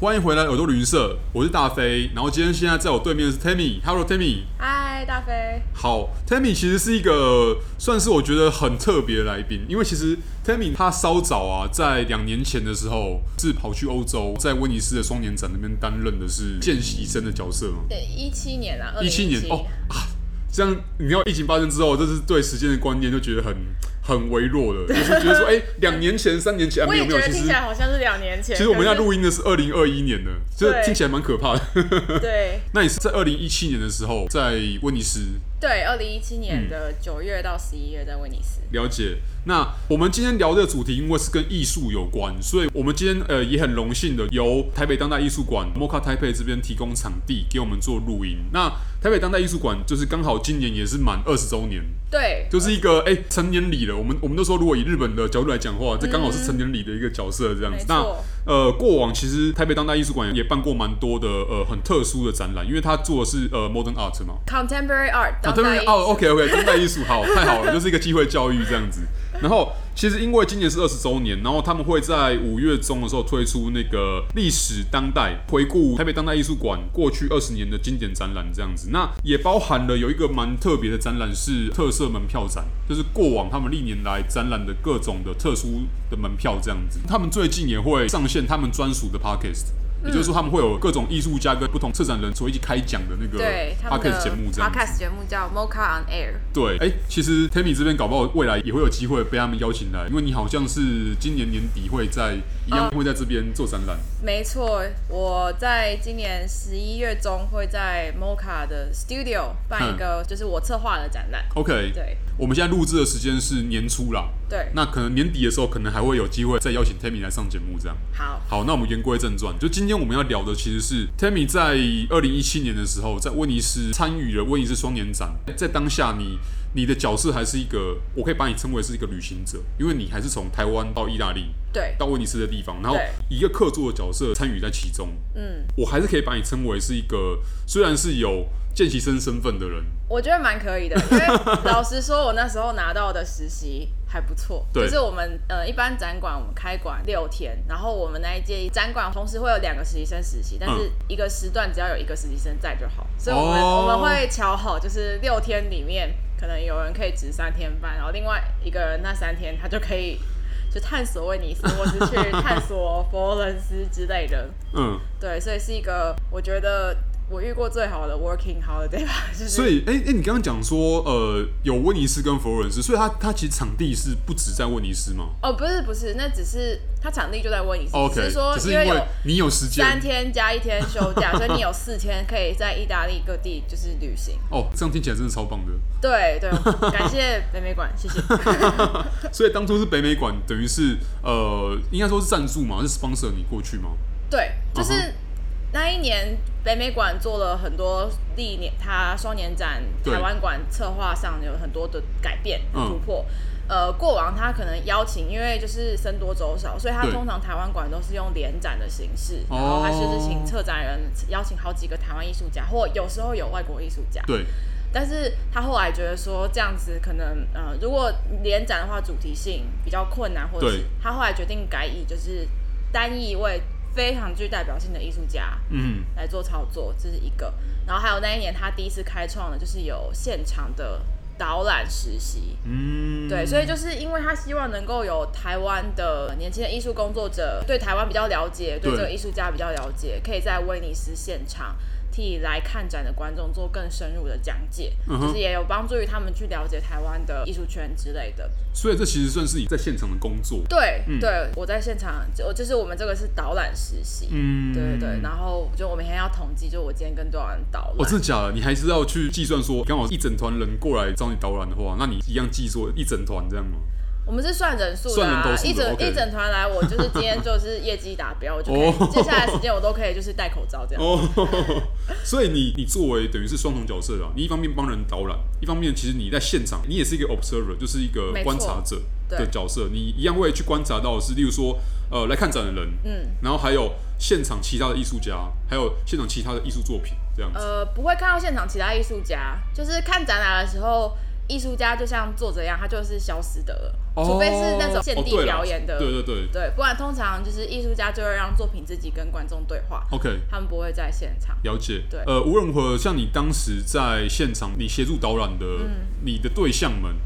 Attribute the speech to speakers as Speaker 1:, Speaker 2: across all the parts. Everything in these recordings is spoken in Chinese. Speaker 1: 欢迎回来耳朵旅行社，我是大飞。然后今天现在在我对面的是 Tammy。Hello Tammy，
Speaker 2: 嗨，大飞，
Speaker 1: 好，Tammy 其实是一个算是我觉得很特别的来宾，因为其实 Tammy 她稍早啊，在两年前的时候是跑去欧洲，在威尼斯的双年展那边担任的是见习生的角色嘛。
Speaker 2: 对，一七年啊，
Speaker 1: 一七年哦啊，这样你看疫情发生之后，这是对时间的观念就觉得很很微弱了，就是觉得说，哎、两年前、三年前，啊、
Speaker 2: 我
Speaker 1: 没有
Speaker 2: 也
Speaker 1: 没
Speaker 2: 觉
Speaker 1: 有，
Speaker 2: 得
Speaker 1: 其实
Speaker 2: 听起来好像是两年前。
Speaker 1: 其实我们
Speaker 2: 可
Speaker 1: 要
Speaker 2: 是
Speaker 1: 录音的是二零二一年的，这
Speaker 2: 对
Speaker 1: 听起来蛮可怕的。
Speaker 2: 对
Speaker 1: 那你是在二零一七年的时候在威尼斯
Speaker 2: 对，二零一七
Speaker 1: 嗯
Speaker 2: 年的九月到十一月在威尼斯。
Speaker 1: 了解。那我们今天聊的主题，因为是跟艺术有关，所以我们今天呃也很荣幸的由台北当代艺术馆 Moca 台北这边提供场地给我们做录音。那台北当代艺术馆就是刚好今年也是满二十周年，
Speaker 2: 对，
Speaker 1: 就是一个哎、成年礼了。我们我们都说，如果以日本的角度来讲话，这刚好是成年礼的一个角色这样子。
Speaker 2: 嗯没
Speaker 1: 那
Speaker 2: 错
Speaker 1: 呃，过往其实台北当代艺术馆也办过蛮多的呃很特殊的展览，因为它做的是呃 modern art 嘛。
Speaker 2: contemporary art
Speaker 1: 啊，
Speaker 2: 当
Speaker 1: 对
Speaker 2: 代
Speaker 1: 对
Speaker 2: 艺术
Speaker 1: 哦，OK OK，当代艺术好，太好了， 就是一个机会教育这样子。然后其实因为今年是二十周年，然后他们会在五月中的时候推出那个历史当代回顾台北当代艺术馆过去二十年的经典展览这样子。那也包含了有一个蛮特别的展览是特色门票展，就是过往他们历年来展览的各种的特殊的门票这样子。他们最近也会上线他们专属的 podcast。也就是
Speaker 2: 嗯
Speaker 1: 说，他们会有各种艺术家跟不同策展人所一起开讲的那个
Speaker 2: 对他们的
Speaker 1: podcast 节目，这样子。
Speaker 2: podcast 节目叫 Mocha on Air。
Speaker 1: 对，哎、其实 Tammy 这边搞不好未来也会有机会被他们邀请来，因为你好像是今年年底会在一样会在这边做展览。
Speaker 2: 没错，我在今年十一月中会在 Mocha 的 studio 办一
Speaker 1: 嗯
Speaker 2: 个就是我策划的展览。
Speaker 1: OK，
Speaker 2: 对
Speaker 1: 我们现在录制的时间是年初啦，
Speaker 2: 对，
Speaker 1: 那可能年底的时候可能还会有机会再邀请 Tammy 来上节目这样。
Speaker 2: 好，
Speaker 1: 好，那我们言归正传，就今天我们要聊的其实是 Tammy 在二零一七年的时候在威尼斯参与了威尼斯双年展，在当下你你的角色还是一个，我可以把你称为是一个旅行者，因为你还是从台湾到意大利，
Speaker 2: 对，
Speaker 1: 到威尼斯的地方，然后
Speaker 2: 对
Speaker 1: 以一个客座的角色参与在其中，
Speaker 2: 嗯，
Speaker 1: 我还是可以把你称为是一个虽然是有见习生身份的人，
Speaker 2: 我觉得蛮可以的，因为老实说，我那时候拿到的实习还不错。
Speaker 1: 对
Speaker 2: 就是我们呃，一般展馆我们开馆六天，然后我们那一届展馆同时会有两个实习生实习，但是一个时段只要有一个实习生在就好，所以我
Speaker 1: 嗯
Speaker 2: 们、
Speaker 1: 哦
Speaker 2: 我们会瞧好，就是六天里面可能有人可以值三天班，然后另外一个人那三天他就可以就探索威尼斯，或是去探索佛罗伦斯之类的。
Speaker 1: 嗯，
Speaker 2: 对，所以是一个我觉得我遇过最好的 working holiday 吧，就是
Speaker 1: 所以，哎、哎、你刚刚讲说，呃，有威尼斯跟佛罗伦斯，所以它它其实场地是不止在威尼斯吗
Speaker 2: 哦，不是不是，那只是它场地就在威尼斯
Speaker 1: ？OK，
Speaker 2: 只是说
Speaker 1: 只是
Speaker 2: 因
Speaker 1: 因
Speaker 2: 为有
Speaker 1: 为你有时
Speaker 2: 三
Speaker 1: 间
Speaker 2: 天加一天休假，所以你有四天可以在意大利各地就是旅行。
Speaker 1: 哦，这样听起来真的超棒的。
Speaker 2: 对对，感谢北美馆，谢谢。
Speaker 1: 所以当初是北美馆，等于是呃，应该说是赞助嘛，是 sponsor 你过去吗？
Speaker 2: 对，就
Speaker 1: 嗯哼
Speaker 2: 是那一年北美馆做了很多历年它双年展
Speaker 1: 对
Speaker 2: 台湾馆策划上有很多的改变
Speaker 1: 嗯
Speaker 2: 突破。呃，过往他可能邀请，因为就是僧多粥少，所以他
Speaker 1: 对
Speaker 2: 通常台湾馆都是用联展的形式，
Speaker 1: 哦
Speaker 2: 然后他就是请策展人邀请好几个台湾艺术家，或有时候有外国艺术家。
Speaker 1: 对，
Speaker 2: 但是他后来觉得说这样子可能，呃，如果连展的话，主题性比较困难，或者是
Speaker 1: 对
Speaker 2: 他后来决定改以就是单一位非常具代表性的艺术家
Speaker 1: 嗯，
Speaker 2: 来做操作，这是一个。然后还有那一年他第一次开创的就是有现场的导览实习，
Speaker 1: 嗯，
Speaker 2: 对，所以就是因为他希望能够有台湾的年轻的艺术工作者对台湾比较了解，对
Speaker 1: 对
Speaker 2: 这个艺术家比较了解，可以在威尼斯现场替来看展的观众做更深入的讲解，
Speaker 1: 嗯哼
Speaker 2: 就是也有帮助于他们去了解台湾的艺术圈之类的。
Speaker 1: 所以这其实算是你在现场的工作，
Speaker 2: 对、
Speaker 1: 嗯
Speaker 2: 对，我在现场，就就是我们这个是导览实习。
Speaker 1: 嗯，
Speaker 2: 对对对，然后就我每天要统计，就我今天跟多少人导
Speaker 1: 哦，
Speaker 2: 览，
Speaker 1: 真的假的？你还是要去计算说，刚好一整团人过来找你导览的话，那你一样计说一整团这样吗？
Speaker 2: 我们是算人数的、
Speaker 1: 算人头
Speaker 2: 啊，
Speaker 1: 数的
Speaker 2: 一整
Speaker 1: OK
Speaker 2: 一整团来，我就是今天就是业绩达标，我就可以、
Speaker 1: 哦
Speaker 2: 接下来时间我都可以就是戴口罩这样。
Speaker 1: 哦， 所以你你作为等于是双重角色啊，你一方面帮人导览，一方面其实你在现场，你也是一个 observer，就是一个
Speaker 2: 没错
Speaker 1: 观察者的
Speaker 2: 对
Speaker 1: 角色，你一样会去观察到的是，例如说呃来看展的人，
Speaker 2: 嗯，
Speaker 1: 然后还有现场其他的艺术家，还有现场其他的艺术作品这样子。
Speaker 2: 呃，不会看到现场其他艺术家，就是看展览的时候。艺术家就像作者一样，他就是消失的了，
Speaker 1: 哦
Speaker 2: 呃除非是那种限
Speaker 1: 哦
Speaker 2: 地
Speaker 1: 对啦
Speaker 2: 表演的，
Speaker 1: 对对对
Speaker 2: 对不然通常就是艺术家就会让作品自己跟观众对话，
Speaker 1: ，OK，
Speaker 2: 他们不会在现场。
Speaker 1: 了解。
Speaker 2: 对
Speaker 1: 呃，无论如何，像你当时在现场，你协助导览的，
Speaker 2: 嗯
Speaker 1: 你的对象们，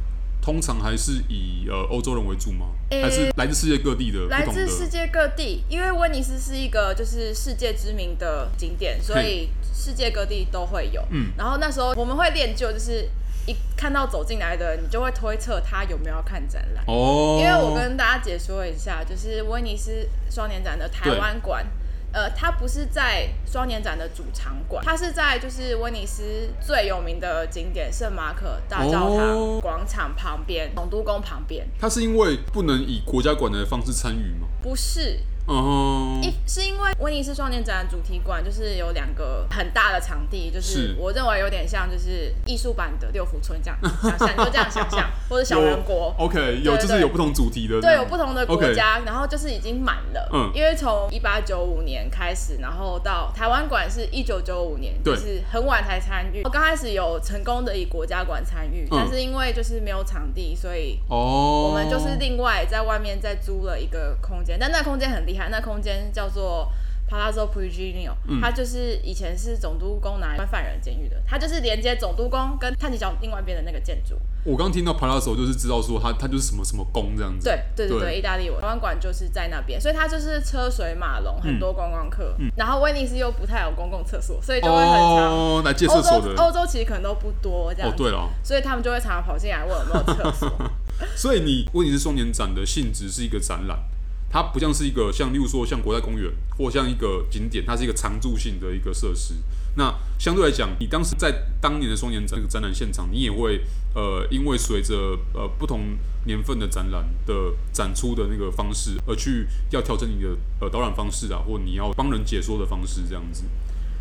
Speaker 1: 通常还是以呃欧洲人为主吗？
Speaker 2: 诶
Speaker 1: 还是来自世界各地的不
Speaker 2: 来
Speaker 1: 同
Speaker 2: 自世
Speaker 1: 的？
Speaker 2: 界各地，因为威尼斯是一个就是世界知名的景点，所以世界各地都会有。
Speaker 1: 嗯
Speaker 2: 然后那时候我们会练就，就是一看到走进来的人，你就会推测他有没有要看展览。
Speaker 1: 哦，
Speaker 2: 因为我跟大家解说一下，就是威尼斯双年展的台湾馆，呃，它不是在双年展的主场馆，它是在就是威尼斯最有名的景点圣马可大教
Speaker 1: 哦
Speaker 2: 堂广场旁边，总督宫旁边，
Speaker 1: 他是因为不能以国家管的方式参与吗？
Speaker 2: 不是
Speaker 1: 哦、
Speaker 2: 一是因为威尼斯双年展的主题馆就是有两个很大的场地，就是
Speaker 1: 是
Speaker 2: 我认为有点像就是艺术版的六福村这样，想象你就这样想象，或者小人
Speaker 1: 哦
Speaker 2: 国。
Speaker 1: ，OK，有
Speaker 2: 对
Speaker 1: 就是
Speaker 2: 对
Speaker 1: 有不同主题的，
Speaker 2: 对，有不同的国
Speaker 1: OK
Speaker 2: 家然后就是已经满了。
Speaker 1: 嗯
Speaker 2: 因为从一八九五年开始，然后到台湾馆是一九九五年，
Speaker 1: 对
Speaker 2: 就是很晚才参与。我刚开始有成功的以国家馆参与，
Speaker 1: 嗯
Speaker 2: 但是因为就是没有场地，所以
Speaker 1: 哦，
Speaker 2: 我们就是另外在外面再租了一个空间，但那空间很厉害，那空间叫做 Palazzo Prigionio，、
Speaker 1: 嗯
Speaker 2: 它就是以前是总督宫拿来关犯人监狱的，它就是连接总督宫跟探奇桥另外一边的那个建筑。
Speaker 1: 我刚听到 Palazzo 就是知道说他他就是什么什么宫这样子，
Speaker 2: 对对对
Speaker 1: 对
Speaker 2: 对，意大利文台湾馆就是在那边，所以它就是车水马龙，很
Speaker 1: 嗯
Speaker 2: 多观光客。然后威尼斯又不太有公共厕所，所以就会很常。
Speaker 1: 哦，来借
Speaker 2: 欧
Speaker 1: 厕所
Speaker 2: 洲
Speaker 1: 的，
Speaker 2: 欧洲其实可能都不多这样
Speaker 1: 哦
Speaker 2: 子，
Speaker 1: 对了，
Speaker 2: 所以他们就会常常跑进来问有没有 厕所。
Speaker 1: 所以你问题是双年展的性质是一个展览，它不像是一个像例如说像国家公园或像一个景点，它是一个常驻性的一个设施。那相对来讲，你当时在当年的双年展这个展览现场，你也会呃，因为随着呃不同年份的展览的展出的那个方式，而去要调整你的呃导览方式啊，或你要帮人解说的方式这样子。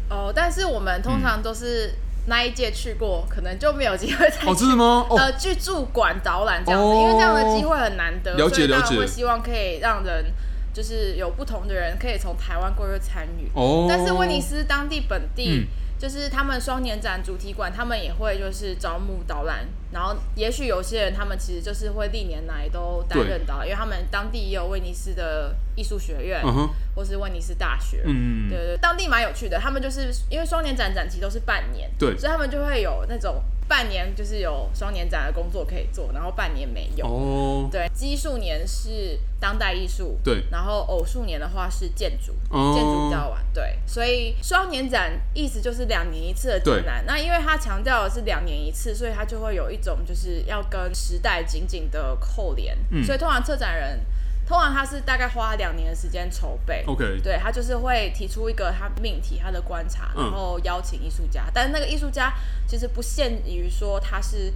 Speaker 2: 哦，但是我们通常都是那一届去过，可能就没有机会再去、
Speaker 1: 哦，真的吗？哦，
Speaker 2: 呃去驻馆导览这样子，
Speaker 1: 哦
Speaker 2: 因为这样的机会很难得，
Speaker 1: 了解
Speaker 2: 所以当然
Speaker 1: 了解
Speaker 2: 会希望可以让人就是有不同的人可以从台湾过去参与。
Speaker 1: 哦，
Speaker 2: 但是威尼斯当地本地、
Speaker 1: 嗯
Speaker 2: 就是他们双年展主题馆，他们也会就是招募导览，然后也许有些人他们其实就是会历年来都担任导览，因为他们当地也有威尼斯的艺术学院、
Speaker 1: 嗯哼，
Speaker 2: 或是威尼斯大学，
Speaker 1: 嗯，
Speaker 2: 对对，当地蛮有趣的。他们就是因为双年展展期都是半年，
Speaker 1: 对
Speaker 2: 所以他们就会有那种半年就是有双年展的工作可以做，然后半年没有。
Speaker 1: 哦，
Speaker 2: 对，奇数年是当代艺术，
Speaker 1: 对
Speaker 2: 然后偶数年的话是建筑，
Speaker 1: 哦
Speaker 2: 建筑比较晚，对，所以双年展意思就是两年一次的展览。那因为它强调的是两年一次，所以它就会有一种就是要跟时代紧紧的扣连，
Speaker 1: 嗯
Speaker 2: 所以通常策展人。通常他是大概花两年的时间筹备
Speaker 1: OK
Speaker 2: 对他就是会提出一个他命题、他的观察，
Speaker 1: 嗯
Speaker 2: 然后邀请艺术家，但是那个艺术家其实不限于说他是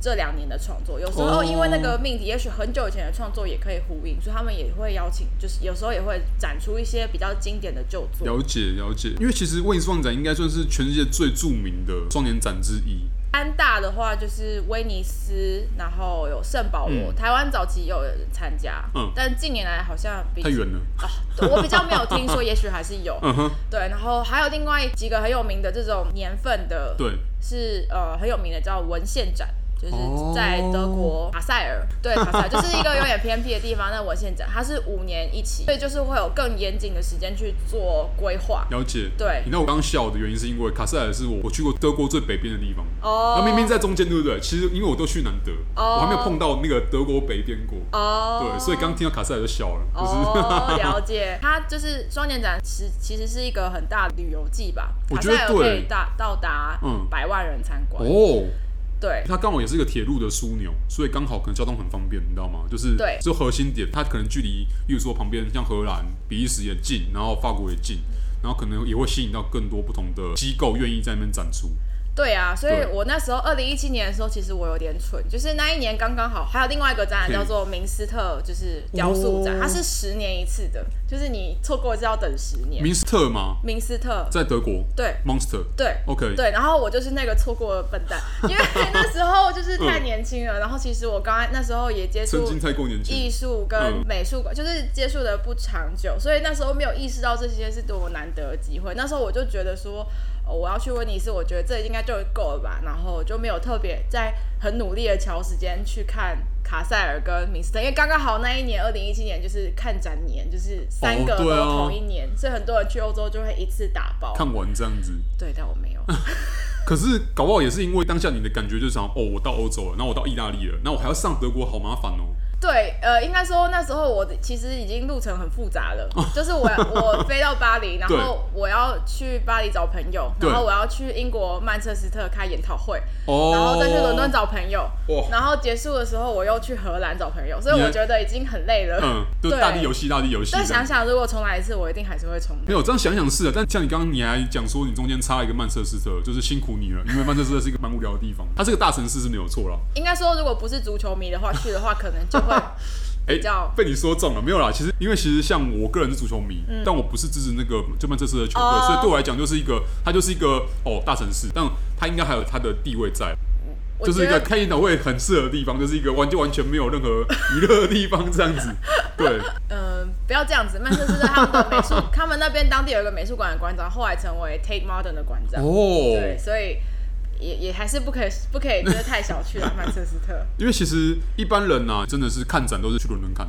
Speaker 2: 这两年的创作，有时候
Speaker 1: 哦
Speaker 2: 因为那个命题，也许很久以前的创作也可以呼应，所以他们也会邀请，就是有时候也会展出一些比较经典的旧作。
Speaker 1: 了解了解，因为其实威尼斯双年展应该算是全世界最著名的双年展之一。
Speaker 2: 三大的话就是威尼斯，然后有圣保罗，
Speaker 1: 嗯
Speaker 2: 台湾早期也有人参加，
Speaker 1: 嗯
Speaker 2: 但近年来好像比
Speaker 1: 太远了，
Speaker 2: 啊，对 我比较没有 听说，也许还是有。
Speaker 1: 嗯哼，
Speaker 2: 对，然后还有另外几个很有名的这种年份的，
Speaker 1: 对，
Speaker 2: 是呃很有名的叫文献展，就是
Speaker 1: 哦
Speaker 2: 在德国卡塞尔，对卡塞尔就是一个有点偏僻的地方。那文献展它是五年一期，所以就是会有更严谨的时间去做规划。
Speaker 1: 了解。
Speaker 2: 对
Speaker 1: 你知道我刚刚笑的原因是因为卡塞尔是我我去过德国最北边的地方，
Speaker 2: 哦
Speaker 1: 那明明在中间，对不对？其实因为我都去南德，
Speaker 2: 哦
Speaker 1: 我还没有碰到那个德国北边过，
Speaker 2: 哦，
Speaker 1: 对，所以刚听到卡塞尔就笑了，就是、
Speaker 2: 哦，了解，它就是双年展，其其实是一个很大的旅游季吧。
Speaker 1: 我
Speaker 2: 卡
Speaker 1: 觉
Speaker 2: 塞
Speaker 1: 得
Speaker 2: 尔
Speaker 1: 对
Speaker 2: 可以达到达
Speaker 1: 嗯
Speaker 2: 百万人参 观，
Speaker 1: 哦。
Speaker 2: 对，
Speaker 1: 它刚好也是一个铁路的枢纽，所以刚好可能交通很方便，你知道吗？就是
Speaker 2: 对
Speaker 1: 就核心点，它可能距离，例如说旁边像荷兰、比利时也近，然后法国也近，然后可能也会吸引到更多不同的机构愿意在那边展出。
Speaker 2: 对啊，所以
Speaker 1: 对
Speaker 2: 我那时候二零一七年的时候，其实我有点蠢，就是那一年刚刚好，还有另外一个展览
Speaker 1: 嘿
Speaker 2: 叫做明斯特，就是雕塑展，
Speaker 1: 哦
Speaker 2: 它是十年一次的，就是你错过就要等十年。
Speaker 1: 明斯特吗？
Speaker 2: 明斯特，
Speaker 1: 在德国
Speaker 2: 对
Speaker 1: ，Monster。
Speaker 2: 对
Speaker 1: OK，
Speaker 2: 对，然后我就是那个错过的笨蛋，因为那时候就是太年轻了，然后其实我刚才那时候也接
Speaker 1: 嗯曾
Speaker 2: 触
Speaker 1: 经太过年轻。
Speaker 2: 艺术
Speaker 1: 嗯
Speaker 2: 跟美术馆，就是接触的不长久，所以那时候没有意识到这些是多么难得的机会。那时候我就觉得说，哦我要去威尼斯，我觉得这应该就够了吧，然后就没有特别在很努力的调时间去看卡塞尔跟明斯特，因为刚刚好那一年二零一七年就是看展年，就是三个
Speaker 1: 哦对啊
Speaker 2: 都同一年，所以很多人去欧洲就会一次打包。
Speaker 1: 看完这样子。
Speaker 2: 对，但我没有。
Speaker 1: 可是搞不好也是因为当下你的感觉就是想，哦，我到欧洲了，然后我到意大利了，那我还要上德国，好麻烦哦。
Speaker 2: 对，呃，应该说那时候我的其实已经路程很复杂了，就是我 我飞到巴黎，然
Speaker 1: 哦对
Speaker 2: 后我要去巴黎找朋友，
Speaker 1: 对
Speaker 2: 然后我要去英国曼彻斯特开研讨会，
Speaker 1: 哦，
Speaker 2: 然后再去伦敦。找朋友，
Speaker 1: 哇，
Speaker 2: 然后结束的时候我又去荷兰找朋友，所以
Speaker 1: 你
Speaker 2: 我
Speaker 1: 还
Speaker 2: 觉得已经很累了。
Speaker 1: 嗯，就
Speaker 2: 对
Speaker 1: 大地游戏，大地游戏。
Speaker 2: 但想想，如果重来一次，我一定还是会重
Speaker 1: 没
Speaker 2: 的。
Speaker 1: 有这样想想是啊，但像你刚刚你还讲说你中间插了一个曼彻斯特，就是辛苦你了，因为曼彻斯特是一个蛮无聊的地方， 它是个大城市是没有错啦。
Speaker 2: 应该说，如果不是足球迷的话，去的话可能就 会
Speaker 1: 哎、
Speaker 2: 比较
Speaker 1: 被你说中了，没有啦。其实因为其实像我个人是足球迷，但我不是支持那个就曼彻斯特的球队，
Speaker 2: 嗯哦
Speaker 1: 所以对我来讲就是一个，它就是一个哦大城市，但它应该还有它的地位在，
Speaker 2: 我
Speaker 1: 就是一
Speaker 2: 觉
Speaker 1: 个
Speaker 2: 得
Speaker 1: 看研讨会很适合的地方，就是一个完就完全没有任何娱乐的地方这样子。对，
Speaker 2: 嗯，不要这样子。曼彻斯特他们的美术， 他们那边当地有一个美术馆的馆长，后来成为 Tate Modern 的馆长。
Speaker 1: 哦，
Speaker 2: 对，所以也也还是不可以不可以，就是太小去了曼彻斯 特，
Speaker 1: 因为其实一般人呐、真的是看展都是去伦敦看。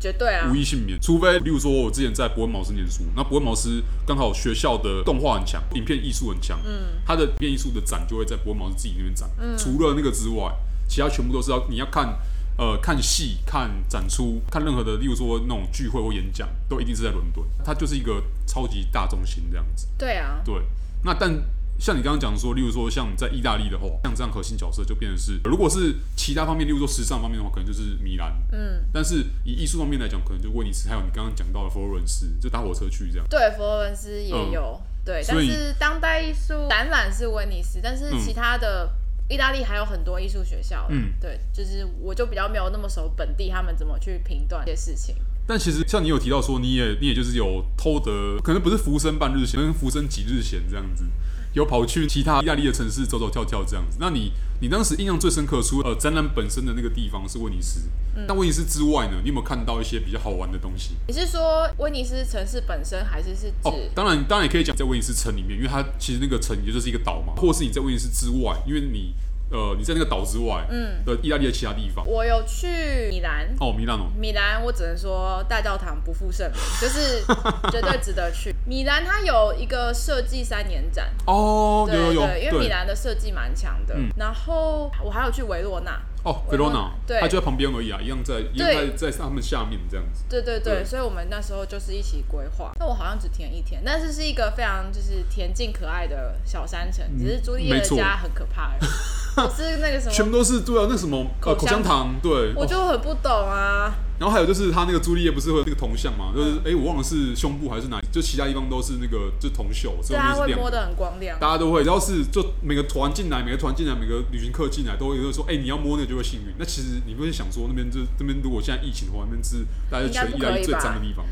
Speaker 2: 绝对啊
Speaker 1: 无。一幸免。除非，例如说，我之前在伯恩茅斯念书，那伯恩茅斯刚好学校的动画很强，影片艺术很强，嗯，它的影片艺术的展就会在伯恩茅斯自己那边展。
Speaker 2: 嗯
Speaker 1: 除了那个之外，其他全部都是要你要看，呃，看戏、看展出、看任何的，例如说那种聚会或演讲，都一定是在伦敦。它就是一个超级大中心这样子。
Speaker 2: 对啊，
Speaker 1: 对，那但像你刚刚讲说，例如说像在意大利的话，像这样核心角色就变成是，如果是其他方面，例如说时尚方面的话，可能就是米兰，嗯，但是以艺术方面来讲，可能就威尼斯，还有你刚刚讲到的佛罗伦斯，就搭火车去这样。
Speaker 2: 对，佛罗伦斯也
Speaker 1: 嗯
Speaker 2: 有。对，但
Speaker 1: 所以
Speaker 2: 是当代艺术展览是威尼斯，但是
Speaker 1: 嗯
Speaker 2: 其他的意大利还有很多艺术学校啦。
Speaker 1: 嗯
Speaker 2: 对，就是我就比较没有那么熟本地他们怎么去评断这些事情。
Speaker 1: 但其实像你有提到说，你也你也就是有偷得，可能不是浮生半日闲，可能浮生几日闲这样子。有跑去其他意大利的城市走走跳跳这样子，那你你当时印象最深刻，除了呃展览本身的那个地方是威尼斯，那威尼斯之外呢，你有没有看到一些比较好玩的东西？
Speaker 2: 你是说威尼斯城市本身，还是是指、
Speaker 1: 哦，当然，当然也可以讲在威尼斯城里面，因为它其实那个城也就是一个岛嘛，或是你在威尼斯之外，因为你呃你在那个岛之外，嗯，的意大利的其他地方，
Speaker 2: 我有去米兰？
Speaker 1: 哦，米兰哦，
Speaker 2: 米兰，我只能说大教堂不负盛名，就是 绝对值得去。米兰它有一个设计三年展，
Speaker 1: 哦，有
Speaker 2: 对
Speaker 1: 有有，嗯
Speaker 2: 对，因为米兰的设计蛮强的。然后我还有去维罗纳，
Speaker 1: 哦，菲罗纳，
Speaker 2: 对
Speaker 1: 它就在旁边而已啊，一样在一样在在他们下面这样子，
Speaker 2: 对对对，
Speaker 1: 对
Speaker 2: 所以我们那时候就是一起规划。那我好像只填一天，但是是一个非常就是恬静可爱的小山城，
Speaker 1: 嗯
Speaker 2: 只是朱丽叶
Speaker 1: 没
Speaker 2: 的
Speaker 1: 错
Speaker 2: 家很可怕而已。 我是那个什
Speaker 1: 全
Speaker 2: 么，
Speaker 1: 部都是对啊，那什么呃口
Speaker 2: 口
Speaker 1: 香
Speaker 2: 香
Speaker 1: 糖，对，
Speaker 2: 我
Speaker 1: 哦
Speaker 2: 就很不懂 啊。
Speaker 1: 然后还有就是他那个朱丽叶不是会有那个铜像嘛，就是哎我忘了是胸部还是哪里，就其他地方都是那个就铜锈，所
Speaker 2: 对
Speaker 1: 以
Speaker 2: 啊，
Speaker 1: 是
Speaker 2: 会
Speaker 1: 亮
Speaker 2: 摸
Speaker 1: 的。
Speaker 2: 得很光亮。
Speaker 1: 大家都会，只要是就每个团进来，每个团进来，每个旅行客进来，都会有人说，哎、你要摸那个就会幸运。那其实你会想说，那边就这边如果现在疫情的话，那边是大家就全意大利最脏的地方。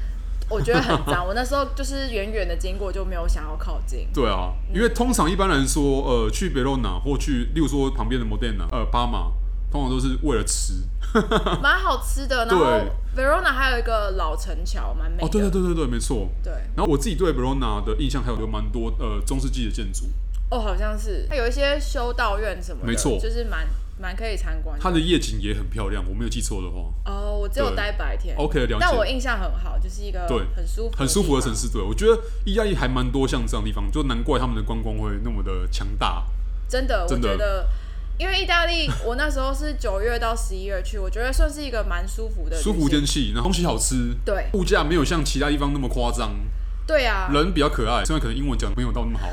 Speaker 2: 我觉得很脏，我那时候就是远远的经过就没有想要靠近。
Speaker 1: 对啊，因为通常一般来说，呃，去北罗纳或去，例如说旁边的摩德纳、呃巴马，通常都是为了吃。
Speaker 2: 蛮好吃的。然后 Verona 还有一个老城桥，蛮美的。
Speaker 1: 哦，对对对对对，没错。
Speaker 2: 对
Speaker 1: 然后我自己对 Verona 的印象还有有蛮多呃中世纪的建筑，
Speaker 2: 哦，好像是它有一些修道院什么的，
Speaker 1: 没错
Speaker 2: 就是蛮蛮可以参观
Speaker 1: 它的夜景也很漂亮，我没有记错的话。
Speaker 2: 哦，我只有
Speaker 1: 对
Speaker 2: 待白天。
Speaker 1: OK，了解。
Speaker 2: 但我印象很好，就是一个
Speaker 1: 对
Speaker 2: 很舒服、
Speaker 1: 很舒服的城
Speaker 2: 市。
Speaker 1: 市，对我觉得意大利还蛮多像这样的地方，就难怪他们的观光会那么的强大。
Speaker 2: 真的，
Speaker 1: 真的
Speaker 2: 我觉得，因为意大 利，我那时候是九月到十一月去，我觉得算是一个蛮舒服的旅
Speaker 1: 舒服
Speaker 2: 行
Speaker 1: 天气，然后东西好吃，
Speaker 2: 对
Speaker 1: 物价没有像其他地方那么夸张，
Speaker 2: 对啊，
Speaker 1: 人比较可爱，虽然可能英文讲得没有到那么好，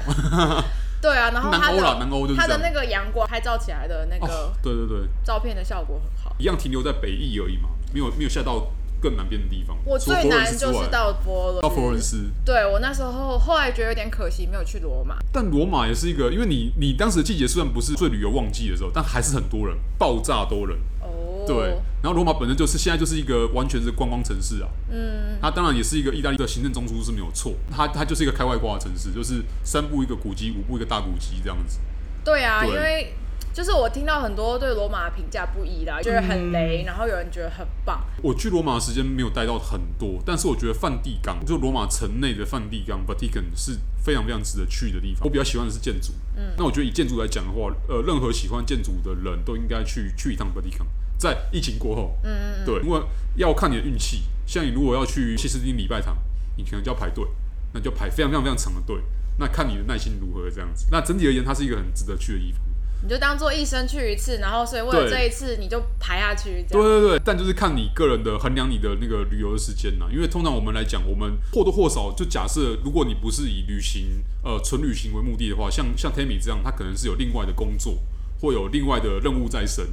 Speaker 2: 对啊，然后它
Speaker 1: 南欧啦，
Speaker 2: 的
Speaker 1: 南欧就是
Speaker 2: 它
Speaker 1: 这
Speaker 2: 的
Speaker 1: 样。
Speaker 2: 那个阳光拍照起来的那
Speaker 1: 哦
Speaker 2: 个，
Speaker 1: 对对对，
Speaker 2: 照片的效果很好。
Speaker 1: 一样停留在北翼而已嘛，没有没有下到更南边的地方。
Speaker 2: 我
Speaker 1: 除了佛
Speaker 2: 最
Speaker 1: 罗伦
Speaker 2: 难
Speaker 1: 斯之
Speaker 2: 就
Speaker 1: 外
Speaker 2: 是到佛罗
Speaker 1: 到佛罗伦斯，
Speaker 2: 对我那时候后来觉得有点可惜，没有去罗马。
Speaker 1: 但罗马也是一个，因为你你当时的季节虽然不是最旅游旺季的时候，但还是很多人，爆炸多人。
Speaker 2: 哦，
Speaker 1: 对，然后罗马本身就是现在就是一个完全是观光城市啊，嗯，它当然也是一个意大利的行政中枢是没有错，它它就是一个开外挂的城市，就是三步一个古迹，五步一个大古迹这样子，
Speaker 2: 对啊，
Speaker 1: 对
Speaker 2: 因为就是我听到很多对罗马的评价不一啦，觉得很雷，然后有人觉得很棒。
Speaker 1: 我去罗马的时间没有待到很多，但是我觉得梵蒂冈，就罗马城内的梵蒂冈 （Vatican） 是非常非常值得去的地方。我比较喜欢的是建筑，嗯，那我觉得以建筑来讲的话，呃，任何喜欢建筑的人都应该去去一趟 Vatican，在疫情过后，嗯嗯，对，因为要看你的运气。像你如果要去西斯汀礼拜堂，你可能就要排队，那你就排非常非常非常长的队，那看你的耐心如何这样子。那整体而言，它是一个很值得去的地方。
Speaker 2: 你就当做一生去一次，然后所以为了
Speaker 1: 对
Speaker 2: 这一次你就排下去，这
Speaker 1: 对
Speaker 2: 样
Speaker 1: 对对，但就是看你个人的衡量你的那个旅游的时间啦。因为通常我们来讲，我们或多或少就假设，如果你不是以旅行呃纯旅行为目的的话，像像 Tammy 这样，他可能是有另外的工作或有另外的任务在身，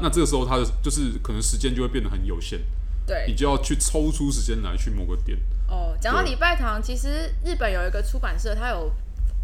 Speaker 1: 那这个时候他的就是可能时间就会变得很有限，你
Speaker 2: 对。
Speaker 1: 就要去抽出时间来去某个点。
Speaker 2: 哦，讲到
Speaker 1: 对
Speaker 2: 礼拜堂，其实日本有一个出版社，它有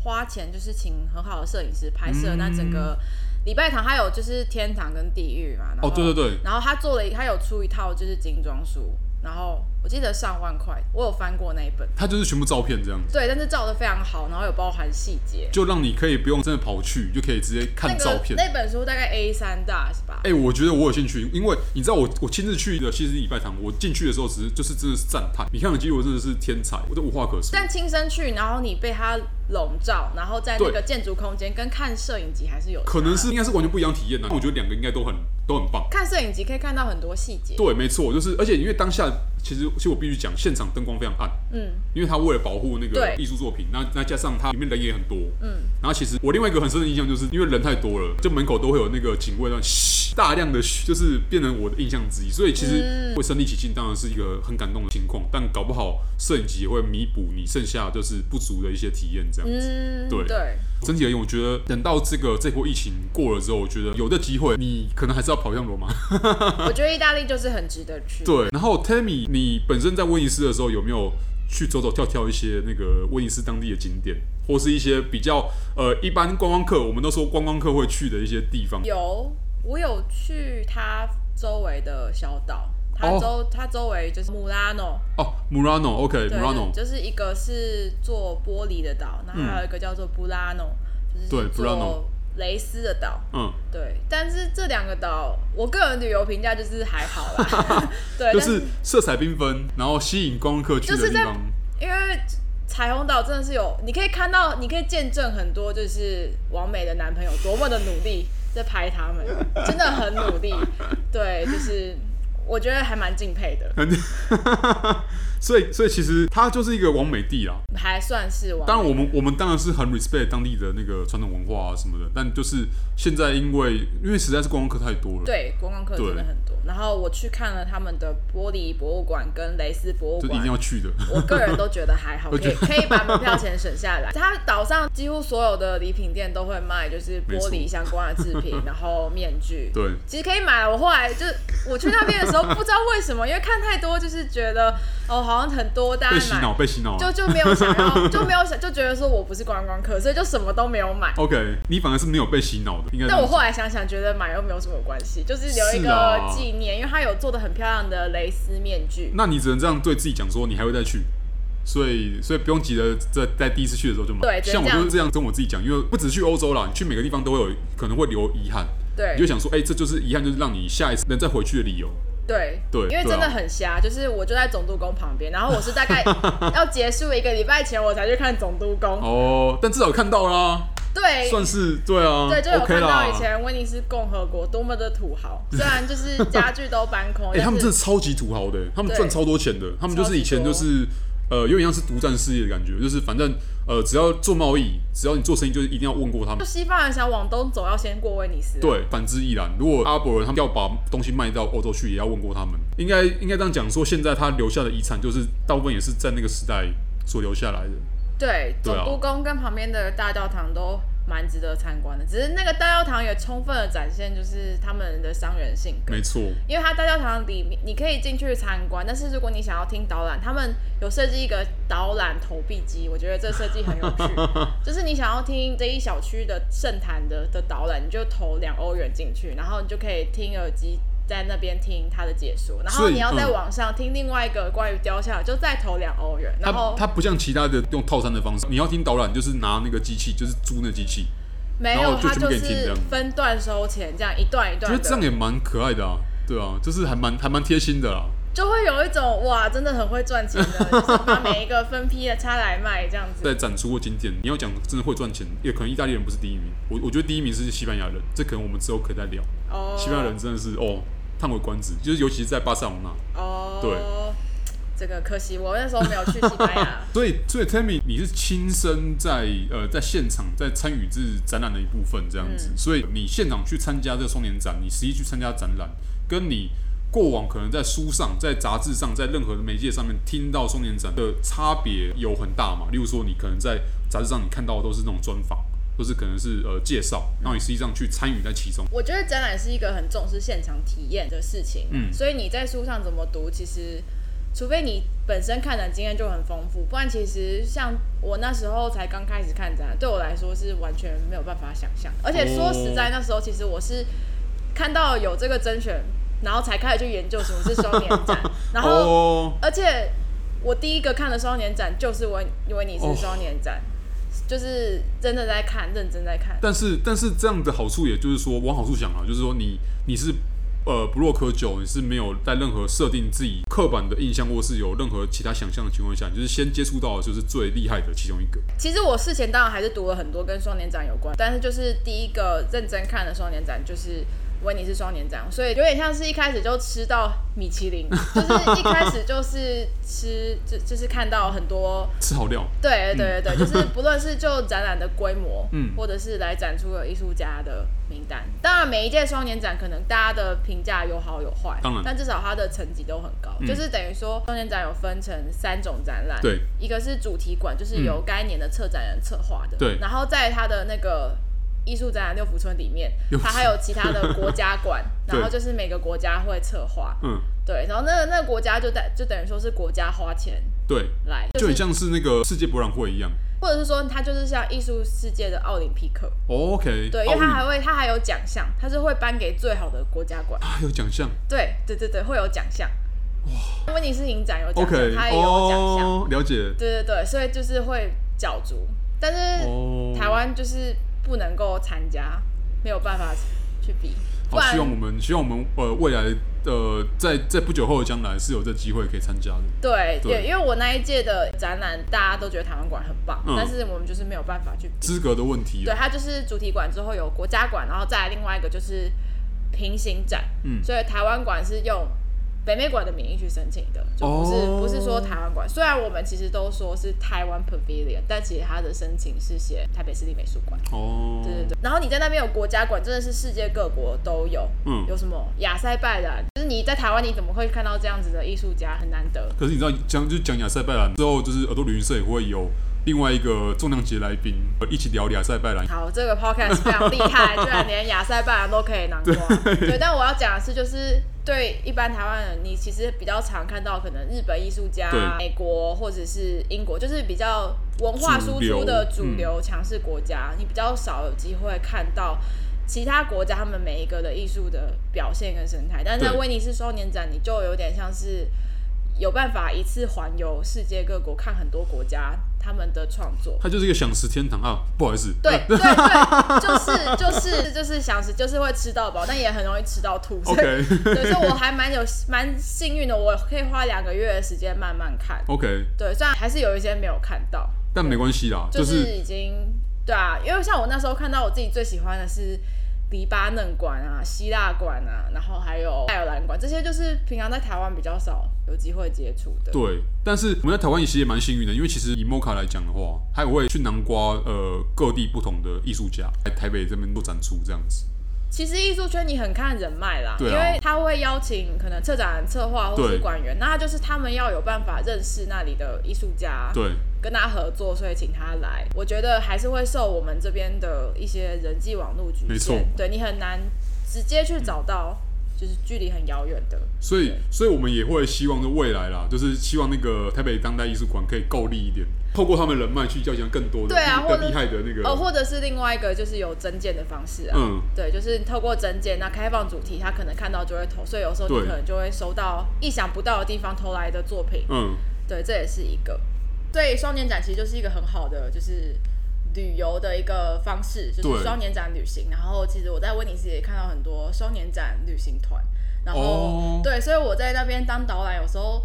Speaker 2: 花钱就是请很好的摄影师拍摄、那整个礼拜堂，它有就是天堂跟地狱嘛。然后
Speaker 1: 嗯哦，对对对，
Speaker 2: 然后他做了一，他有出一套就是精装书，然后我记得上万块，我有翻过那一本，
Speaker 1: 他就是全部照片这样子，
Speaker 2: 对，但是照的非常好，然后有包含细节。
Speaker 1: 就让你可以不用真的跑去，就可以直接看照片。
Speaker 2: 那个那本书大概 A 三大是吧？
Speaker 1: 哎、我觉得我有兴趣，因为你知道我我亲自去的西斯礼拜堂，我进去的时候只是就是真的是赞叹，米开朗基罗真的是天才，我都无话可说。
Speaker 2: 但亲身去，然后你被它笼罩，然后在那个建筑空间，跟看摄影集还是有差
Speaker 1: 可能是应该是完全不一样体验啊的、我觉得两个应该都很都很棒。
Speaker 2: 看摄影集可以看到很多细节。
Speaker 1: 对，没错，就是而且因为当下其实其实我必须讲，现场灯光非常暗，
Speaker 2: 嗯，
Speaker 1: 因为他为了保护那个
Speaker 2: 对
Speaker 1: 艺术作品，那那加上他里面人也很多，嗯，然后其实我另外一个很深的印象就是，因为人太多了，就门口都会有那个警卫让嘘，大量的嘘，就是变成我的印象之一，所以其
Speaker 2: 嗯
Speaker 1: 实会身临其境，当然是一个很感动的情况，但搞不好摄影集也会弥补你剩下就是不足的一些体验，这样子。
Speaker 2: 嗯，
Speaker 1: 对
Speaker 2: 对，
Speaker 1: 整体而言，我觉得等到这个这波疫情过了之后，我觉得有的机会，你可能还是要跑向罗马。
Speaker 2: 嗯我觉得意大利就是很值得去。
Speaker 1: 对，然后 Tammy，你本身在威尼斯的时候有没有去走走跳跳一些那个威尼斯当地的景点，或是一些比较呃一般观光客，我们都说观光客会去的一些地方？
Speaker 2: 有，我有去它周围的小岛，它
Speaker 1: 哦
Speaker 2: 周、它周围就是穆拉诺，
Speaker 1: 哦
Speaker 2: 对，
Speaker 1: ，Murano，OK，Murano，、
Speaker 2: 就就是一个是做玻璃的岛，然后还有一个叫做布拉诺，就是
Speaker 1: 对布拉诺
Speaker 2: 做蕾丝的岛。
Speaker 1: 嗯，
Speaker 2: 对，但是这两个岛，我个人旅游评价就是还好 啦。对，
Speaker 1: 就
Speaker 2: 但
Speaker 1: 是色彩缤纷，然后吸引观光客去
Speaker 2: 就
Speaker 1: 的
Speaker 2: 是
Speaker 1: 地
Speaker 2: 在
Speaker 1: 方。
Speaker 2: 因为彩虹岛真的是有，你可以看到，你可以见证很多，就是王美的男朋友多么的努力在拍他们，真的很努力。对，就是我觉得还蛮敬佩的，
Speaker 1: 所以，所以其实它就是一个完美地啦。
Speaker 2: 还算是王美。
Speaker 1: 当然，我们我们当然是很 respect 当地的那个传统文化啊什么的，但就是现在因为因为实在是观光客太多了，
Speaker 2: 对，观光客真的很多。然后我去看了他们的玻璃博物馆跟蕾丝博物
Speaker 1: 就一定
Speaker 2: 馆，
Speaker 1: 要去的。
Speaker 2: 我个人都觉得还好，
Speaker 1: 我
Speaker 2: 可
Speaker 1: 觉
Speaker 2: 以
Speaker 1: 得
Speaker 2: 可以把门票钱省下来。它岛上几乎所有的礼品店都会卖，就是
Speaker 1: 没错
Speaker 2: 玻璃相关 的制品，然后面具。
Speaker 1: 对，
Speaker 2: 其实可以买了，我后来就是我去那边的时候，不知道为什么，因为看太多，就是觉得哦，好像很多大
Speaker 1: 被
Speaker 2: 家
Speaker 1: 洗
Speaker 2: 买
Speaker 1: 脑，，被洗脑了。
Speaker 2: 就就没有想要，就没有想，就觉得说我不是观光客，所以就什么都没有买。
Speaker 1: OK，你反而是没有被洗脑的，应该这
Speaker 2: 但
Speaker 1: 样
Speaker 2: 我
Speaker 1: 讲。
Speaker 2: 后来想想，觉得买又没有什么关系，就是留一
Speaker 1: 嗯是啊
Speaker 2: 个纪念，因为它有做的很漂亮的蕾丝面具。
Speaker 1: 那你只能这样对自己讲说，你还会再去，所以所以不用急着在在第一次去的时候就买。
Speaker 2: 对只
Speaker 1: 像我
Speaker 2: 能这样
Speaker 1: 就是这样跟我自己讲，因为不只去欧洲啦，你去每个地方都会有可能会留遗憾，
Speaker 2: 对
Speaker 1: 你就想说，哎、这就是遗憾，就是让你下一次能再回去的理由。
Speaker 2: 对
Speaker 1: 对
Speaker 2: 因为
Speaker 1: 对啊
Speaker 2: 真的很瞎，就是我就在总督宫旁边，然后我是 大概要结束一个礼拜前我才去看总督宫。
Speaker 1: 哦，但至少有看到啦，
Speaker 2: 对，
Speaker 1: 算是对啊，
Speaker 2: 哎对，就有
Speaker 1: OK
Speaker 2: 看到
Speaker 1: 啦。
Speaker 2: 以前威尼斯共和国多么的土豪，虽然就是家具都搬 空，
Speaker 1: 哎、他们
Speaker 2: 但
Speaker 1: 真的
Speaker 2: 是
Speaker 1: 超级土豪的，他们赚
Speaker 2: 对
Speaker 1: 超多钱的，他们就是以前就
Speaker 2: 超级多
Speaker 1: 是呃，有点像是独占事业的感觉，就是反正呃，只要做贸易，只要你做生意，就是一定要问过他们
Speaker 2: 就。西方人想往东走，要先过威尼斯。，啊
Speaker 1: 对，反之亦然。如果阿拉伯人他们要把东西卖到欧洲去，也要问过他们。应该应该这样讲，说现在他留下的遗产，就是大部分也是在那个时代所留下来的。
Speaker 2: 对，
Speaker 1: 对
Speaker 2: 总
Speaker 1: 啊
Speaker 2: 督宫跟旁边的大教堂都蛮值得参观的，只是那个大教堂也充分的展现就是他们的商人性格
Speaker 1: 没。错，
Speaker 2: 因为它大教堂里面你可以进去参观，但是如果你想要听导览，他们有设计一个导览投币机，我觉得这设计很有 趣。就是你想要听这一小区的圣坛的的导览，你就投两欧元进去，然后你就可以听耳机在那边听他的解说，然
Speaker 1: 所
Speaker 2: 后
Speaker 1: 以
Speaker 2: 你要在
Speaker 1: 嗯
Speaker 2: 网上听另外一个关于雕像，就再投两欧元，
Speaker 1: 它
Speaker 2: 然后
Speaker 1: 它不像其他的用套餐的方式，你要听导览就是拿那个机器，就是租那机器，
Speaker 2: 没
Speaker 1: 然后
Speaker 2: 有，
Speaker 1: 就
Speaker 2: 它
Speaker 1: 全部
Speaker 2: 就
Speaker 1: 给你听这
Speaker 2: 是
Speaker 1: 样。
Speaker 2: 分段收钱，这样一段一
Speaker 1: 觉
Speaker 2: 段
Speaker 1: 得
Speaker 2: 的，
Speaker 1: 这样也蛮可爱的啊，对啊，就是还蛮还蛮贴心的啦。
Speaker 2: 就会有一种哇，真的很会赚钱 的，就是把每一个分批的插来卖这样
Speaker 1: 在
Speaker 2: 子。
Speaker 1: 展出或今天，你要讲真的会赚钱，也可能意大利人不是第一名，我我觉得第一名是西班牙人，这可能我们之后可以再聊。
Speaker 2: 哦，
Speaker 1: 西班牙人真的是哦，叹为观止，就是尤其是在巴塞罗那。
Speaker 2: 哦，
Speaker 1: 对，
Speaker 2: 这个可惜我那时候没有去西班 牙。
Speaker 1: 所以，所以 Tammy，你是亲身在呃在现场在参与这展览的一部分这样子，所以你现场去参加这个双年展，你实际去参加展览，跟你过往可能在书上、在杂志上、在任何的媒介上面听到双年展的差别有很大嘛？例如说，你可能在杂志上你看到的都是那种专访，都是可能是呃介绍，然后你实际上去参与在其中。
Speaker 2: 我觉得展览是一个很重视现场体验的事情，啊
Speaker 1: 嗯
Speaker 2: 所以你在书上怎么读，其实除非你本身看展经验就很丰富，不然其实像我那时候才刚开始看展，对我来说是完全没有办法想象。而且说实在，
Speaker 1: 哦
Speaker 2: 那时候其实我是看到有这个甄选，然后才开始去研究什么是双年展， 然后、
Speaker 1: 哦，
Speaker 2: 而且我第一个看的双年展就是维维尼
Speaker 1: 哦
Speaker 2: 斯双年展，就是真的在看，认真在看。
Speaker 1: 但是但是这样的好处，也就是说往好处想啊，就是说你你是呃不落窠臼，你是没有在任何设定自己刻板的印象，或是有任何其他想象的情况下，你就是先接触到的就是最厉害的其中一个。
Speaker 2: 其实我事前当然还是读了很多跟双年展有关，但是就是第一个认真看的双年展就是威尼斯双年展，所以有点像是一开始就吃到米其林，就是一开始就是吃就就是看到很多。
Speaker 1: 吃好料，
Speaker 2: 对对对对，就是不论是就展览的规模，
Speaker 1: 嗯
Speaker 2: 或者是来展出的艺术家的名单，当然每一届双年展可能大家的评价有好有坏，
Speaker 1: 当然
Speaker 2: 但至少它的成绩都很高，
Speaker 1: 嗯
Speaker 2: 就是等于说双年展有分成三种展览，
Speaker 1: 对，嗯
Speaker 2: 一个是主题馆，就是由该年的策展人策划的，
Speaker 1: 对
Speaker 2: 然后在它的那个。艺术展览六福村里面
Speaker 1: 六，福
Speaker 2: 它
Speaker 1: 村
Speaker 2: 还有其他的国家馆，
Speaker 1: 对
Speaker 2: 然后就是每个国家会策划，
Speaker 1: 嗯，
Speaker 2: 对，然后那个那个国家就代就等于说是国家花钱
Speaker 1: 对，
Speaker 2: 来，
Speaker 1: 就很像是那个世界博览会一样。
Speaker 2: 或者是说它就是像艺术世界的奥林匹克，
Speaker 1: 哦 OK，
Speaker 2: 对，因
Speaker 1: 奥
Speaker 2: 为它
Speaker 1: 运
Speaker 2: 还会它还有奖项，它是会颁给最好的国家馆，
Speaker 1: 啊有奖项
Speaker 2: 对对对对，会有奖项。哇，威尼斯影展有奖项，
Speaker 1: ，OK，
Speaker 2: 它也有奖项，
Speaker 1: 哦，了解，
Speaker 2: 对对对，所以就是会角逐，但是
Speaker 1: 哦，
Speaker 2: 台湾就是不能够参加，没有办法去比，不
Speaker 1: 好，
Speaker 2: 然
Speaker 1: 希望我们希望我们呃未来呃在在不久后的将来是有这机会可以参加的。
Speaker 2: 对，
Speaker 1: 对
Speaker 2: 也因为我那一届的展览，大家都觉得台湾馆很棒，
Speaker 1: 嗯
Speaker 2: 但是我们就是没有办法去比。
Speaker 1: 资格的问题
Speaker 2: 对，
Speaker 1: 啊，
Speaker 2: 它就是主题馆之后有国家馆，然后再来另外一个就是平行展，
Speaker 1: 嗯
Speaker 2: 所以台湾馆是用北美馆的名义去申请的，就不是、
Speaker 1: 哦
Speaker 2: 不是说台湾馆。虽然我们其实都说是台湾 Pavilion，但其实它的申请是写台北市立美术馆。
Speaker 1: 哦，
Speaker 2: 对对对，然后你在那边有国家馆，真的是世界各国都有，
Speaker 1: 嗯
Speaker 2: 有什么亚塞拜然，就是你在台湾你怎么会看到这样子的艺术家，很难得。
Speaker 1: 可是你知道，讲就讲亚塞拜然之后，就是耳呃朵旅行社也会有另外一个重量级来宾呃一起聊亚塞拜然。
Speaker 2: 好，这个 podcast 非常厉 害，居然连亚塞拜然都可以囊括。对，但我要讲的是，就是对一般台湾人，你其实比较常看到可能日本艺术家
Speaker 1: 对、
Speaker 2: 美国或者是英国，就是比较文化输出的
Speaker 1: 主流嗯
Speaker 2: 主流强势国家，你比较少有机会看到。其他国家他们每一个的艺术的表现跟生态，但是在
Speaker 1: 对
Speaker 2: 威尼斯双年展，你就有点像是有办法一次环游世界各国，看很多国家他们的创作。
Speaker 1: 它就是一个享食天堂啊！不好意思，
Speaker 2: 对 对对，就是就是就是想吃，就是会吃到饱，但也很容易吃到吐。所以
Speaker 1: OK
Speaker 2: 对，所以我还蛮有蛮幸运的，我可以花两个月的时间慢慢看。
Speaker 1: ，OK，
Speaker 2: 对，虽然还是有一些没有看到，
Speaker 1: 但没关系啦，
Speaker 2: 就
Speaker 1: 就是
Speaker 2: 已经对啊，因为像我那时候看到我自己最喜欢的是黎巴嫩馆啊、希腊馆啊，然后还有爱尔兰馆，这些就是平常在台湾比较少有机会接触的。
Speaker 1: 对。但是我们在台湾其实也蛮幸运的，因为其实以 Moca 来讲的话，它也会去南瓜呃各地不同的艺术家来台北这边做展出这样子。
Speaker 2: 其实艺术圈你很看人脉啦，
Speaker 1: 对啊
Speaker 2: 因为他会邀请可能策展、策划或
Speaker 1: 对
Speaker 2: 是馆员，那他就是他们要有办法认识那里的艺术家，
Speaker 1: 对，
Speaker 2: 跟他合作，所以请他来。我觉得还是会受我们这边的一些人际网络局限，
Speaker 1: 没错
Speaker 2: 对你很难直接去找到，就是距离很遥远的。
Speaker 1: 所以所以我们也会希望说未来啦，就是希望那个台北当代艺术馆可以够力一点，透过他们人脉去叫讲更多的
Speaker 2: 对啊或者
Speaker 1: 更厉害的那个，
Speaker 2: 哦，或者是另外一个就是有增建的方式啊，
Speaker 1: 嗯，
Speaker 2: 对，就是透过增建，那开放主题，他可能看到就会投，所以有时候你
Speaker 1: 对
Speaker 2: 可能就会收到意想不到的地方投来的作品，
Speaker 1: 嗯。
Speaker 2: 对，这也是一个。对，双年展其实就是一个很好的，就是旅游的一个方式，就是
Speaker 1: 对
Speaker 2: 双年展旅行。然后其实我在威尼斯也看到很多双年展旅行团，然后、
Speaker 1: 哦
Speaker 2: 对，所以我在那边当导览，有时候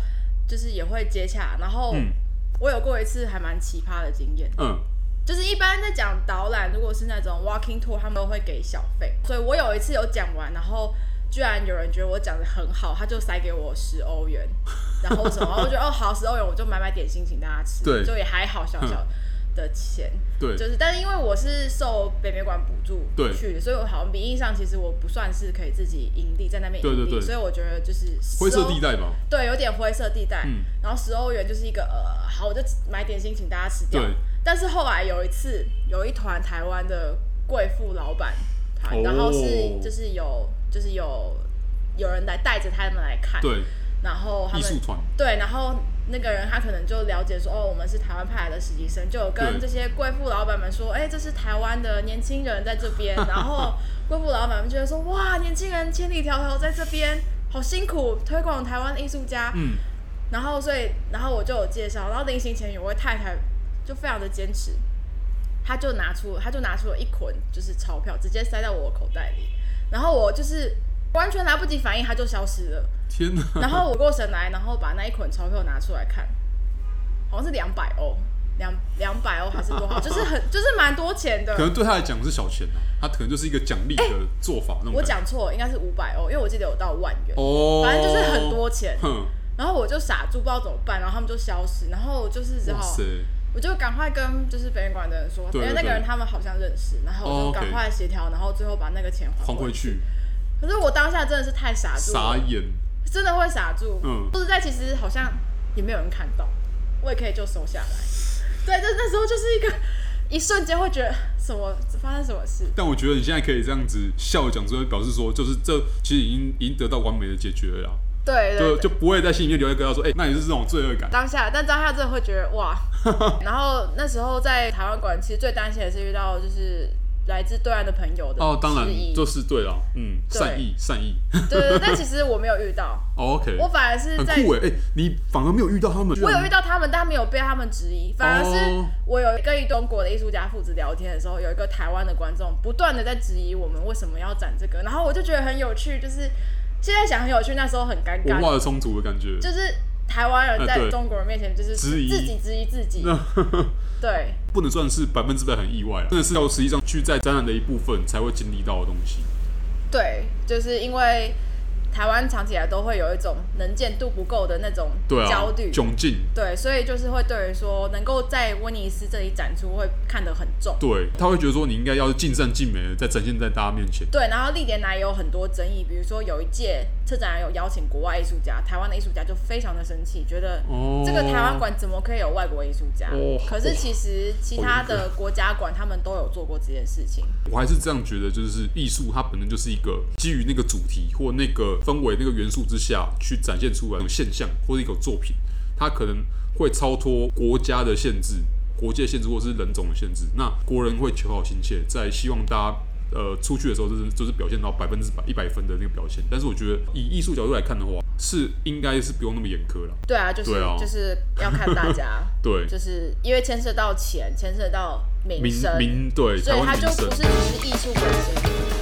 Speaker 2: 就是也会接洽。然后
Speaker 1: 嗯
Speaker 2: 我有过一次还蛮奇葩的经验，
Speaker 1: 嗯，
Speaker 2: 就是一般在讲导览，如果是那种 walking tour，他们都会给小费。所以我有一次有讲完，然后居然有人觉得我讲的很好，他就塞给我十 欧元，然后什么，我觉得哦好，十欧元我就买买点心请大家吃，
Speaker 1: 对嗯
Speaker 2: 就也还好，小小的钱。
Speaker 1: 对
Speaker 2: 就是，但是因为我是受北美馆补助
Speaker 1: 对
Speaker 2: 去的，所以我好像名义上其实我不算是可以自己盈利在那边盈利，
Speaker 1: 对对对
Speaker 2: 所以我觉得就是
Speaker 1: 灰色
Speaker 2: 收
Speaker 1: 地带吧，
Speaker 2: 对，有点灰色地带。
Speaker 1: 嗯
Speaker 2: 然后十欧元就是一个呃，好，我就买点心请大家吃掉
Speaker 1: 对。
Speaker 2: 但是后来有一次，有一团台湾的贵妇老板团，
Speaker 1: 哦
Speaker 2: 然后是就是有就是有有人来带着他们来看，
Speaker 1: 对，
Speaker 2: 然后他
Speaker 1: 艺术
Speaker 2: 们
Speaker 1: 团，
Speaker 2: 对，然后那个人他可能就了解说，哦，我们是台湾派来的实习生，就有跟
Speaker 1: 对
Speaker 2: 这些贵妇老板们说，哎，这是台湾的年轻人在这边，然后贵妇老板们就会说，哇，年轻人千里迢迢在这边，好辛苦，推广台湾艺术家，
Speaker 1: 嗯，
Speaker 2: 然后所以然后我就有介绍，然后临行前有位太太就非常的坚持，她就拿出她就拿出了一捆就是钞票，直接塞到我口袋里，然后我就是完全来不及反应，它就消失了。
Speaker 1: 天 哪，
Speaker 2: 然后我过神来，然后把那一捆钞票拿出来看，好像是两百欧，两两百欧还是 多少，就是很就是蛮多钱
Speaker 1: 可
Speaker 2: 的。
Speaker 1: 能对他来讲是小钱啊，他可能就是一个奖励的做法那种
Speaker 2: 我
Speaker 1: 感觉。
Speaker 2: 讲错了，应该是五百欧，因为我记得有到万元，
Speaker 1: 哦，
Speaker 2: 反正就是很，多钱。
Speaker 1: 哼，
Speaker 2: 然后我就傻住，不知道怎么办，然后他们就消失，然后我就是只
Speaker 1: 哇
Speaker 2: 好
Speaker 1: 塞，
Speaker 2: 我就赶快跟就是北美馆的人说，哎
Speaker 1: 对对
Speaker 2: 因为那个人
Speaker 1: 对
Speaker 2: 他们好像认识，然后我
Speaker 1: 哦
Speaker 2: 就
Speaker 1: ，OK
Speaker 2: 赶快协调，然后最后把那个钱
Speaker 1: 还
Speaker 2: 还
Speaker 1: 回。去，
Speaker 2: 可是我当下真的是太傻住
Speaker 1: 傻
Speaker 2: 了，
Speaker 1: 眼，
Speaker 2: 真的会傻住。
Speaker 1: 嗯
Speaker 2: 说实在，其实好像也没有人看到，我也可以就收下来。对，就那时候就是一个一瞬间会觉得什么发生什么事。
Speaker 1: 但我觉得你现在可以这样子笑着讲出来，表示说就是这其实已经已经得到完美的解决了啦，
Speaker 2: 对对
Speaker 1: 就
Speaker 2: 对
Speaker 1: 就不会在心里面留一个疙瘩说，哎、那你就是这种罪恶感。
Speaker 2: 当下，但当下真的会觉得 哇。然后那时候在台湾馆，其实最担心的是遇到就是来自对岸的朋友的
Speaker 1: 哦，当然
Speaker 2: 质疑
Speaker 1: 就是对啦，嗯，
Speaker 2: 对
Speaker 1: 善意善意、
Speaker 2: 对对，对但其实我没有 遇到，
Speaker 1: o k
Speaker 2: 我反而是
Speaker 1: 很
Speaker 2: 在
Speaker 1: 酷哎、哎、你反而没有遇到他们，
Speaker 2: 我有遇
Speaker 1: 到，
Speaker 2: 到他们，但没有被他们质疑，反而是
Speaker 1: 啊哦
Speaker 2: 我有跟中国的艺术家父子聊天的时候，有一个台湾的观众不断的在质疑我们为什么要展这个，然后我就觉得很有趣，就是现在想很有趣，那时候很尴
Speaker 1: 文化
Speaker 2: 尬，
Speaker 1: 的冲突的感觉，
Speaker 2: 就是台湾人
Speaker 1: 哎
Speaker 2: 在
Speaker 1: 对
Speaker 2: 中国人面前就是
Speaker 1: 质疑
Speaker 2: 自己质疑自己，
Speaker 1: 嗯
Speaker 2: 对
Speaker 1: 不能算是百分之百很意外啊啦，真的是要实际上去在展览的一部分才会经历到的东西。
Speaker 2: 对，就是因为台湾长期以来都会有一种能见度不够的那种
Speaker 1: 对啊，
Speaker 2: 焦虑，
Speaker 1: 窘境，
Speaker 2: 对，所以就是会对于说能够在威尼斯这里展出会看得很重。
Speaker 1: 对，他会觉得说你应该要尽善尽美的再呈现在大家面前。
Speaker 2: 对，然后历年来也有很多争议，比如说有一届策展人有邀请国外艺术家，台湾的艺术家就非常的生气，觉得
Speaker 1: 哦，
Speaker 2: 这个台湾馆怎么可以有外国艺术家？
Speaker 1: 哦
Speaker 2: 可是其实其
Speaker 1: 好
Speaker 2: 他
Speaker 1: 严格
Speaker 2: 的国家馆他们都有做过这件事情。
Speaker 1: 我还是这样觉得，就是艺术它本身就是一个基
Speaker 2: 嗯
Speaker 1: 于那个主题或那个氛围、那个元素之下去展现出来的现象或者一个作品，它可能会超脱国家的限制、国界限制或是人种的限制。那国人会求好心切，在希望大家。呃，出去的时候就是就是表现到百分之百一百分的那个表现，但是我觉得以艺术角度来看的话，是应该是不用那么严苛了。
Speaker 2: 对啊，就是、
Speaker 1: 对啊
Speaker 2: 就是 要看大家，
Speaker 1: 对，
Speaker 2: 就是因为牵涉到钱，牵涉到
Speaker 1: 民
Speaker 2: 民生，
Speaker 1: 民对
Speaker 2: 所
Speaker 1: 台
Speaker 2: 以
Speaker 1: 湾
Speaker 2: 它
Speaker 1: 民
Speaker 2: 就
Speaker 1: 生
Speaker 2: 不是只是艺术本身。